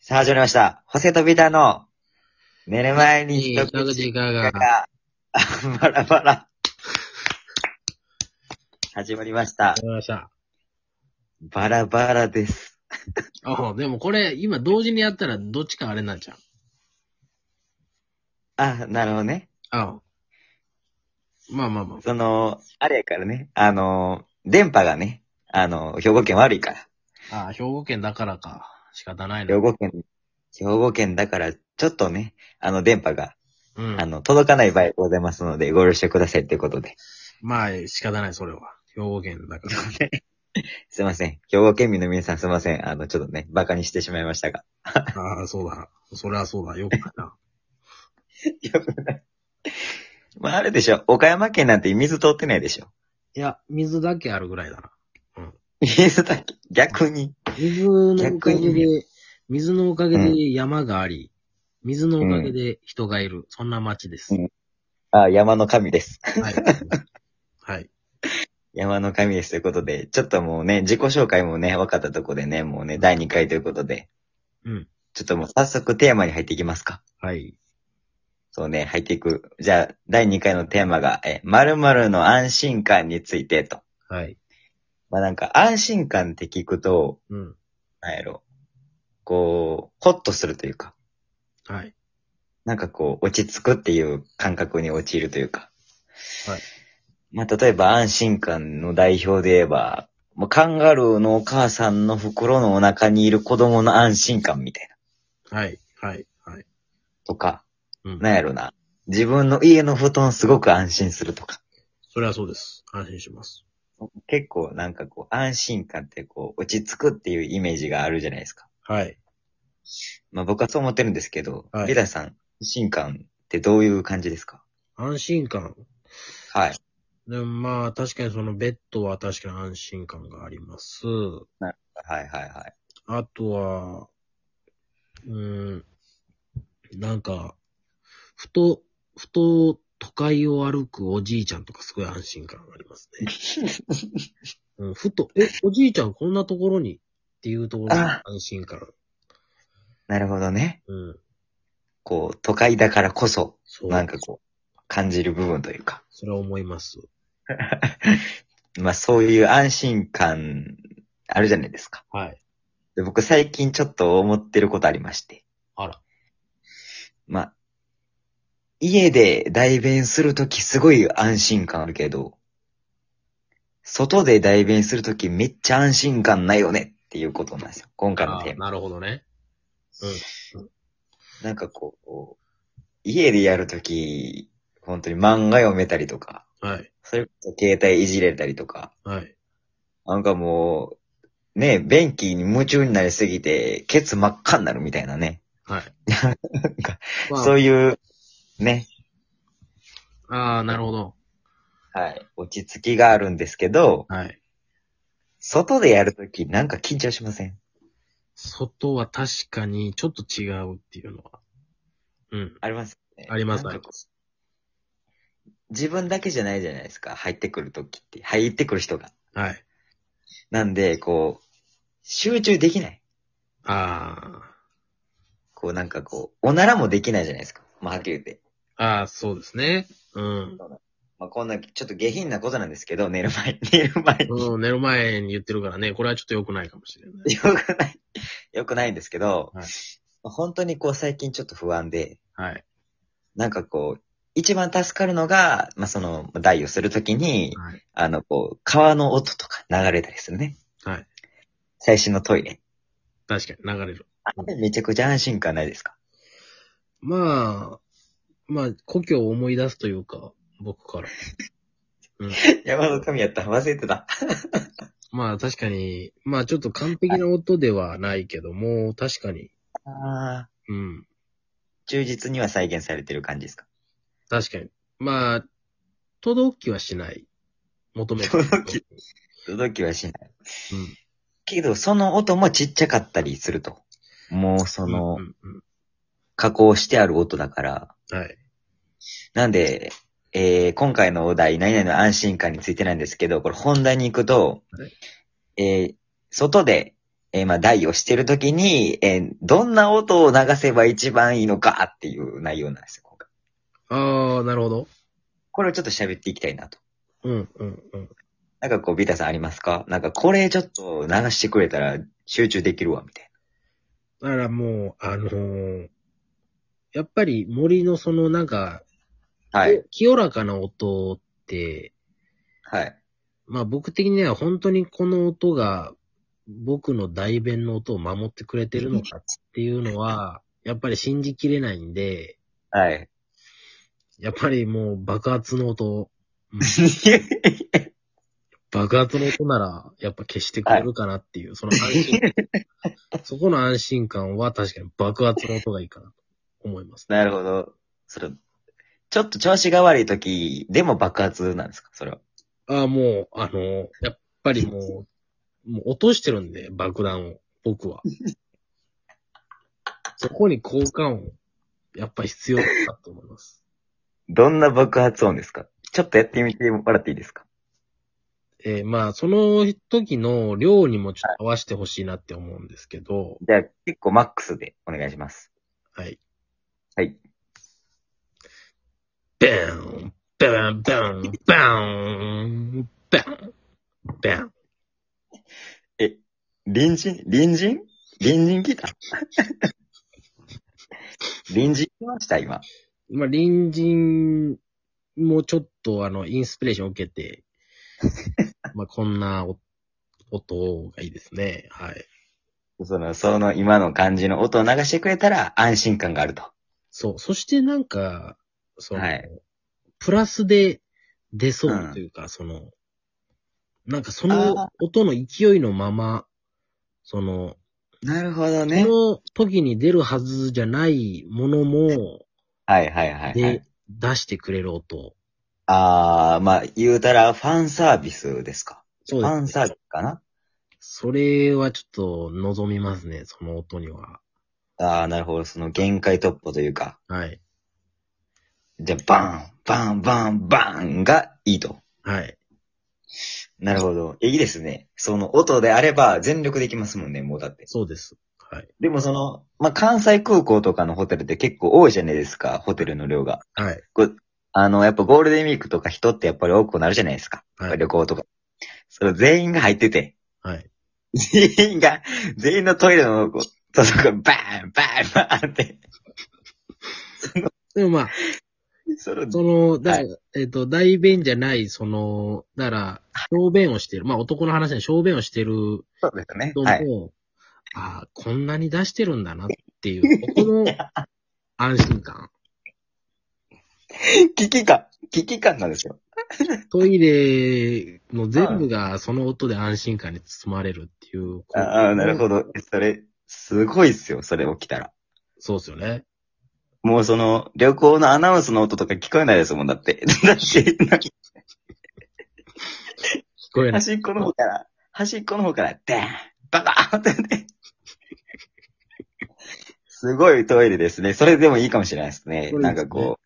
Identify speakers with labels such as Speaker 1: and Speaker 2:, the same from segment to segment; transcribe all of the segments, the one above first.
Speaker 1: さあ、始まりました。ホセとビタの、寝る前に一
Speaker 2: 一
Speaker 1: 口
Speaker 2: 口ガガ
Speaker 1: がが、 バラバラ。始まりました。
Speaker 2: わかりました。
Speaker 1: バラバラです。
Speaker 2: あでもこれ、今同時にやったらどっちかあれになっちゃう。
Speaker 1: あ、なるほどね。
Speaker 2: あまあまあまあ。
Speaker 1: その、あれやからね、あの、電波がね、あの、兵庫県悪いから。
Speaker 2: ああ、兵庫県だからか。仕方ない
Speaker 1: 兵
Speaker 2: な。
Speaker 1: 庫県、兵庫県だから、ちょっとね、あの、電波が、
Speaker 2: うん
Speaker 1: あ。の、届かない場合ございますので、ご了承くださいということで。
Speaker 2: まあ、仕方ない、それは。兵庫県だから。
Speaker 1: すいません。兵庫県民の皆さんすいません。あの、ちょっとね、馬鹿にしてしまいましたが。
Speaker 2: ああ、そうだ。それはそうだ。よくないな。
Speaker 1: まあ、あれでしょ。岡山県なんて水通ってないでしょ。
Speaker 2: いや、水だけあるぐらいだな。
Speaker 1: 水だけ、逆に。
Speaker 2: 水のおか
Speaker 1: 逆
Speaker 2: げ
Speaker 1: に
Speaker 2: で、水のおかげ
Speaker 1: う
Speaker 2: で山があり、水のおかげで人がいる。そんな街です。
Speaker 1: うんあ、山の神です。
Speaker 2: はい。 はい。
Speaker 1: 山の神ですということで、ちょっともうね、自己紹介もね、分かったとこでね、もうね、第2回ということで、
Speaker 2: うん。
Speaker 1: ちょっともう早速テーマに入っていきますか。
Speaker 2: はい。
Speaker 1: そうね、入っていく。じゃあ、第2回のテーマが、え、〇〇の安心感についてと。
Speaker 2: はい。
Speaker 1: まあなんか、安心感って聞くと、
Speaker 2: うん。
Speaker 1: なんやろ。こう、ホッとするというか、
Speaker 2: はい。
Speaker 1: なんかこう、落ち着くっていう感覚に陥るというか。
Speaker 2: はい。
Speaker 1: まあ、例えば安心感の代表で言えば、もうカンガルーのお母さんの袋のお腹にいる子供の安心感みたいな。
Speaker 2: はい。はい。はい。
Speaker 1: とか、
Speaker 2: うん。
Speaker 1: なんやろな。自分の家の布団すごく安心するとか。
Speaker 2: それはそうです。安心します。
Speaker 1: 結構なんかこう、安心感ってこう、落ち着くっていうイメージがあるじゃないですか。
Speaker 2: はい。
Speaker 1: まあ僕はそう思ってるんですけど、
Speaker 2: はい
Speaker 1: ビダさん、安心感ってどういう感じですか
Speaker 2: 安心感。
Speaker 1: はい。
Speaker 2: でもまあ、確かにそのベッドは確かに安心感があります。
Speaker 1: はいはいはい。
Speaker 2: あとは、うーん、なんか、ふと、ふと都会を歩くおじいちゃんとかすごい安心感がありますね。 うん、ふと、え、おじいちゃんこんなところにっていうところの
Speaker 1: あ
Speaker 2: 安心感。
Speaker 1: なるほどね。
Speaker 2: うん。
Speaker 1: こう、都会だからこそ、
Speaker 2: そう。
Speaker 1: なんかこう、感じる部分というか。
Speaker 2: それは思います。
Speaker 1: まあそういう安心感、あるじゃないですか。
Speaker 2: はい。
Speaker 1: で僕最近ちょっと思ってることありまして。
Speaker 2: あら。
Speaker 1: まあ、家で代弁するときすごい安心感あるけど、外で代弁するときめっちゃ安心感ないよねっていうことなんですよ。今回の
Speaker 2: あ
Speaker 1: テー
Speaker 2: ー
Speaker 1: マ。
Speaker 2: なるほどね。うん。
Speaker 1: なんかこう、家でやるとき、本当に漫画読めたりとか、
Speaker 2: はい。
Speaker 1: それこそ携帯いじれたりとか、
Speaker 2: はい。
Speaker 1: なんかもう、ね、便器に夢中になりすぎて、ケツ真っ赤になるみたいなね。
Speaker 2: はい。
Speaker 1: か
Speaker 2: まあ、
Speaker 1: そういう、ね、
Speaker 2: ああ、なるほど。
Speaker 1: はい、落ち着きがあるんですけど、
Speaker 2: はい。
Speaker 1: 外でやるときなんか緊張しません
Speaker 2: 外は確かにちょっと違うっていうのは。うん。
Speaker 1: ありますね。
Speaker 2: あります
Speaker 1: なんか
Speaker 2: ありま
Speaker 1: 自分だけじゃないじゃないですか、入ってくるときって。入ってくる人が。
Speaker 2: はい。
Speaker 1: なんで、こう、集中できない。
Speaker 2: あ
Speaker 1: こうなんかこう、おならもできないじゃないですか。まあはっきり言って。
Speaker 2: あ。ああ、そうですね。うん。
Speaker 1: まあこんな、ちょっと下品なことなんですけど、寝る前に、寝る前に。
Speaker 2: うん、寝る前に言ってるからね、これはちょっと良くないかもしれな い。
Speaker 1: よくない、よくないんですけど、
Speaker 2: はい
Speaker 1: 本当にこう最近ちょっと不安で、
Speaker 2: はい。
Speaker 1: なんかこう、一番助かるのが、まあその、代をするときに、
Speaker 2: はい。
Speaker 1: あの、こう、川の音とか流れたりするね。
Speaker 2: はい。
Speaker 1: 最新のトイレ。
Speaker 2: 確かに流れる。
Speaker 1: あれめちゃくちゃ安心感ないですか
Speaker 2: まあ、まあ、故郷を思い出すというか、僕から。うん。
Speaker 1: 山の神やった。忘れてた。
Speaker 2: まあ確かに、まあちょっと完璧な音ではないけども、確かに、
Speaker 1: あー
Speaker 2: うん。
Speaker 1: 忠実には再現されてる感じですか
Speaker 2: 確かに。まあ、届きはしない。求めて
Speaker 1: 届届きはしない。
Speaker 2: うん。
Speaker 1: けど、その音もちっちゃかったりすると。もう、その
Speaker 2: う、んうん
Speaker 1: 加工してある音だから。
Speaker 2: うんはい。
Speaker 1: なんで、えー、今回のお題、何々の安心感についてなんですけど、これ本題に行くと
Speaker 2: は、
Speaker 1: えー、外でえーまあ、台をしてるときに、えーどんな音を流せば一番いいのかっていう内容なんですよ、今回
Speaker 2: ああ、なるほど。
Speaker 1: これをちょっと喋っていきたいなと。
Speaker 2: うん、うん、うん。
Speaker 1: なんかこう、ビタさんありますかなんかこれちょっと流してくれたら集中できるわ、みたい
Speaker 2: だからもう、あのーやっぱり森のそのなんか、
Speaker 1: な。はい。
Speaker 2: 清らかな音って、
Speaker 1: はい。
Speaker 2: まあ僕的には本当にこの音が僕の代弁の音を守ってくれてるのかっていうのは、やっぱり信じきれないんで、
Speaker 1: はい。
Speaker 2: やっぱりもう爆発の音、爆発の音ならやっぱ消してくれるかなっていう、その安心感。 そこの安心感は確かに爆発の音がいいかなと思います。
Speaker 1: なるほど。それ、ちょっと調子が悪いときでも爆発なんですかそれは。
Speaker 2: ああ、もう、あの、やっぱりもう、もう落としてるんで、爆弾を、僕は。 そこに交換音、やっぱ必要だなと思います。
Speaker 1: どんな爆発音ですかちょっとやってみてもらっていいですか
Speaker 2: えーまあ、その時の量にもちょっと合わせてほしいなって思うんですけど、
Speaker 1: じゃあ、結構マックスでお願いします。
Speaker 2: はい。
Speaker 1: はい。
Speaker 2: バーン、バーン、バーン、バーン、バーン、バーン。
Speaker 1: 隣人隣人隣人来た 隣人来ました今。
Speaker 2: まあ、隣人もちょっとあの、インスピレーションを 受けて、まあ、こんなお音がいいですね。はい。
Speaker 1: その、その今の感じの音を流してくれたら安心感があると。
Speaker 2: そう。そしてなんか、その、
Speaker 1: はい
Speaker 2: プラスで出そう
Speaker 1: うん
Speaker 2: というか、その、なんかそ
Speaker 1: あ
Speaker 2: の音の勢いのまま、その、
Speaker 1: なるほど
Speaker 2: そ。の時に出るはずじゃないものも、
Speaker 1: はいはいはい、はい
Speaker 2: で、。出してくれる音。
Speaker 1: あー、まあ、言うたらファンサービスですか。
Speaker 2: そう
Speaker 1: フ
Speaker 2: です、
Speaker 1: ァンサービスかな
Speaker 2: それはちょっと望みますね、その音には。
Speaker 1: あー、なるほど。その限界突破というか。
Speaker 2: はい。
Speaker 1: じゃあ、バーン、バーン、バーン、バーンがいいと。
Speaker 2: はい。
Speaker 1: なるほど。えいいですね。その音であれば全力できますもんね、もうだって。
Speaker 2: そうです。はい。
Speaker 1: でもその、まあ、関西空港とかのホテルって結構多いじゃないですか、ホテルの量が。
Speaker 2: はい。
Speaker 1: あの、やっぱゴールデンウィークとか人ってやっぱり多くなるじゃないですか。
Speaker 2: はい
Speaker 1: 旅。行とか。それ全員が入ってて、
Speaker 2: はい。
Speaker 1: 全員が、全員のトイレのこう、そこがバーン、バーン、バーンって、
Speaker 2: でもまあ、
Speaker 1: その、
Speaker 2: その、だ、
Speaker 1: は
Speaker 2: えっ、と、代弁じゃない、その、だから、小便をしてる。まあ男の話で小便をしてる
Speaker 1: そうですね
Speaker 2: 人も、
Speaker 1: はい。
Speaker 2: ああ、こんなに出してるんだなっていう、ここの安 心感。
Speaker 1: 危機感、危機感なんですよ。
Speaker 2: トイレの全部がその音で安心感に包まれるっていう。
Speaker 1: ああ、なるほ
Speaker 2: ど。
Speaker 1: ど。それ、すごいっすよ、それ起きたら。
Speaker 2: そうですよね。
Speaker 1: もうその、旅行のアナウンスの音とか聞こえないですもん、だって。 だって、なんか
Speaker 2: 聞こえない。
Speaker 1: 端っこの方から、端っこの方から、ダーン、ババーンってね。すごいトイレですね。それでもいいかもしれないですね。
Speaker 2: これい
Speaker 1: ないん
Speaker 2: ですね
Speaker 1: かこう、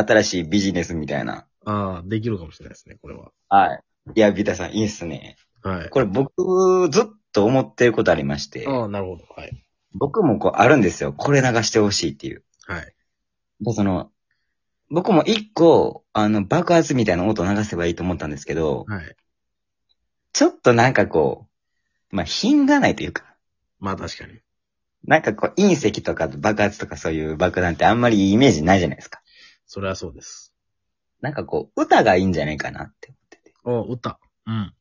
Speaker 1: 新しいビジネスみたいな。
Speaker 2: ああ、できるかもしれないですね、これは。
Speaker 1: はい。いや、ビタさん、いいっすね。
Speaker 2: はい。
Speaker 1: これ僕、ずっと思ってることありまして、
Speaker 2: ああ、なるほど。はい。
Speaker 1: 僕もこう、あるんですよ。これ流してほしいっていう。
Speaker 2: はい。
Speaker 1: で、その、僕も一個、あの、爆発みたいな音を流せばいいと思ったんですけど、
Speaker 2: はい。
Speaker 1: ちょっとなんかこう、まあ、品がないというか、
Speaker 2: まあ確かに。
Speaker 1: なんかこう、隕石とか爆発とかそういう爆弾ってあんまりいいイメージないじゃないですか。
Speaker 2: それはそうです。
Speaker 1: なんかこう、歌がいいんじゃないかなって思ってて。
Speaker 2: お、歌。うん。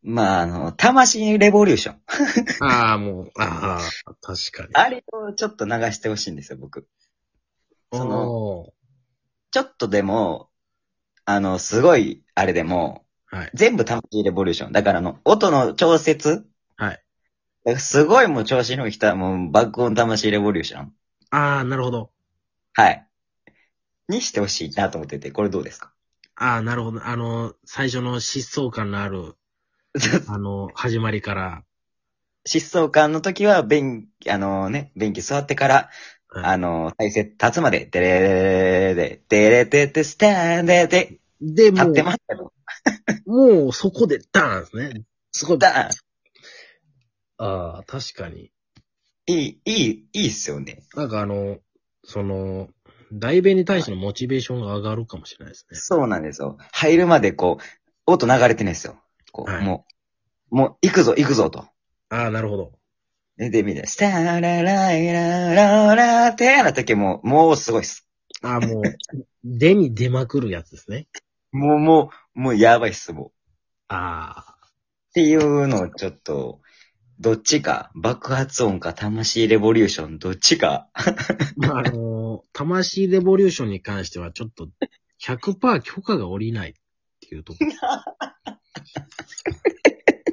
Speaker 1: まあ、あの、魂レボリューション。
Speaker 2: ああ、もう、ああ、確かに。
Speaker 1: あれをちょっと流してほしいんですよ、僕。その
Speaker 2: お
Speaker 1: ちょっとでも、あの、すごい、あれでも、
Speaker 2: ーはい。
Speaker 1: 全部魂レボリューション。だからあの、音の調節
Speaker 2: はい。
Speaker 1: だからすごいもう調子のいい人はもう爆音魂レボリューション。
Speaker 2: ああ、なるほど。
Speaker 1: はい。にしてほしいなと思ってて、これどうですか
Speaker 2: ああ、なるほど。あの、最初の疾走感のあ る、あの、始まりから。
Speaker 1: 疾走感の時は、便、あのね、便器座ってから、
Speaker 2: はい
Speaker 1: あの、体勢立つまで、てれれれで、てれてて、スタンデで、
Speaker 2: で、も
Speaker 1: 立
Speaker 2: う
Speaker 1: って、ますけど、
Speaker 2: もうそこでダーンですね。すごい。
Speaker 1: ダーン
Speaker 2: ああ、確かに。
Speaker 1: いい、いい、いいっすよね。
Speaker 2: なんかあの、その、代弁に対してのモチベーションが上がるかもしれないですね。
Speaker 1: そうなんですよ。入るまでこう、音流れてないですよ。こう、
Speaker 2: はい
Speaker 1: もう、もう、行くぞ、行くぞと。
Speaker 2: ああ、なるほど。
Speaker 1: で、で、みたいな。スタラララララってやな時も、もうすごいっす。
Speaker 2: ああ、もう、出に出まくるやつですね。
Speaker 1: もう、もう、もうやばいっす、もう。っ
Speaker 2: あ
Speaker 1: ていうのをちょっと、どっちか、爆発音か魂レボリューション、どっちか。
Speaker 2: あ、まあ、あの、魂レボリューションに関してはちょっと100%許可が下りないっていうところ。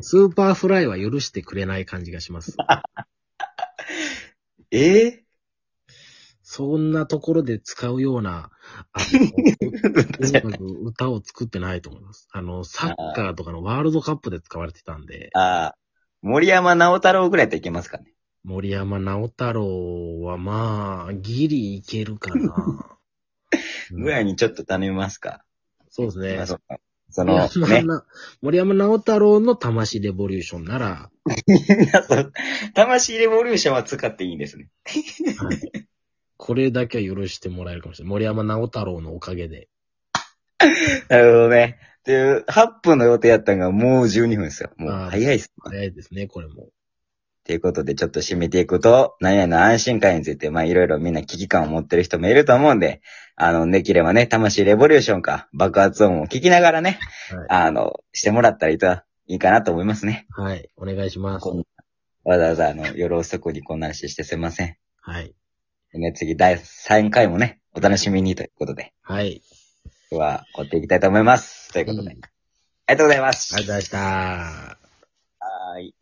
Speaker 2: スーパーフライは許してくれない感じがします。
Speaker 1: ええ
Speaker 2: そんなところで使うような、あの、 音楽、歌を作ってないと思います。あの、サッカーとかのワールドカップで使われてたんで、
Speaker 1: ああ、森山直太郎ぐらいといけますかね。
Speaker 2: 森山直太朗はまあ、ギリいけるかな。
Speaker 1: ぐらいにちょっと頼みますか。
Speaker 2: そうですね
Speaker 1: あ。そっかその、
Speaker 2: 森山
Speaker 1: ね。
Speaker 2: な森山直太朗の魂レボリューションなら、
Speaker 1: いやそう魂レボリューションは使っていいんですね。
Speaker 2: はいこれだけは許してもらえるかもしれない。森山直太朗のおかげで。
Speaker 1: なるほどね。っていう、8分の予定やったんがもう12分ですよ。もう
Speaker 2: あー
Speaker 1: 早いっす。っ
Speaker 2: 早いですね、これも。
Speaker 1: ていうことで、ちょっと締めていくと、何やの安心感について、まあいろいろみんな危機感を持ってる人もいると思うんで、あの、できればね、魂レボリューションか、爆発音を聞きながらね、あの、してもらったらいいといいかなと思いますね。
Speaker 2: はい。はい。お願いします。
Speaker 1: こんわざわざあの、夜遅くにこんな話してすいません。
Speaker 2: はい。
Speaker 1: でね、次第3回もね、お楽しみにということで、
Speaker 2: はい。
Speaker 1: 今日は追っていきたいと思います。ということで、
Speaker 2: うん
Speaker 1: ありがとうございます。
Speaker 2: ありがとうございました。
Speaker 1: はーい。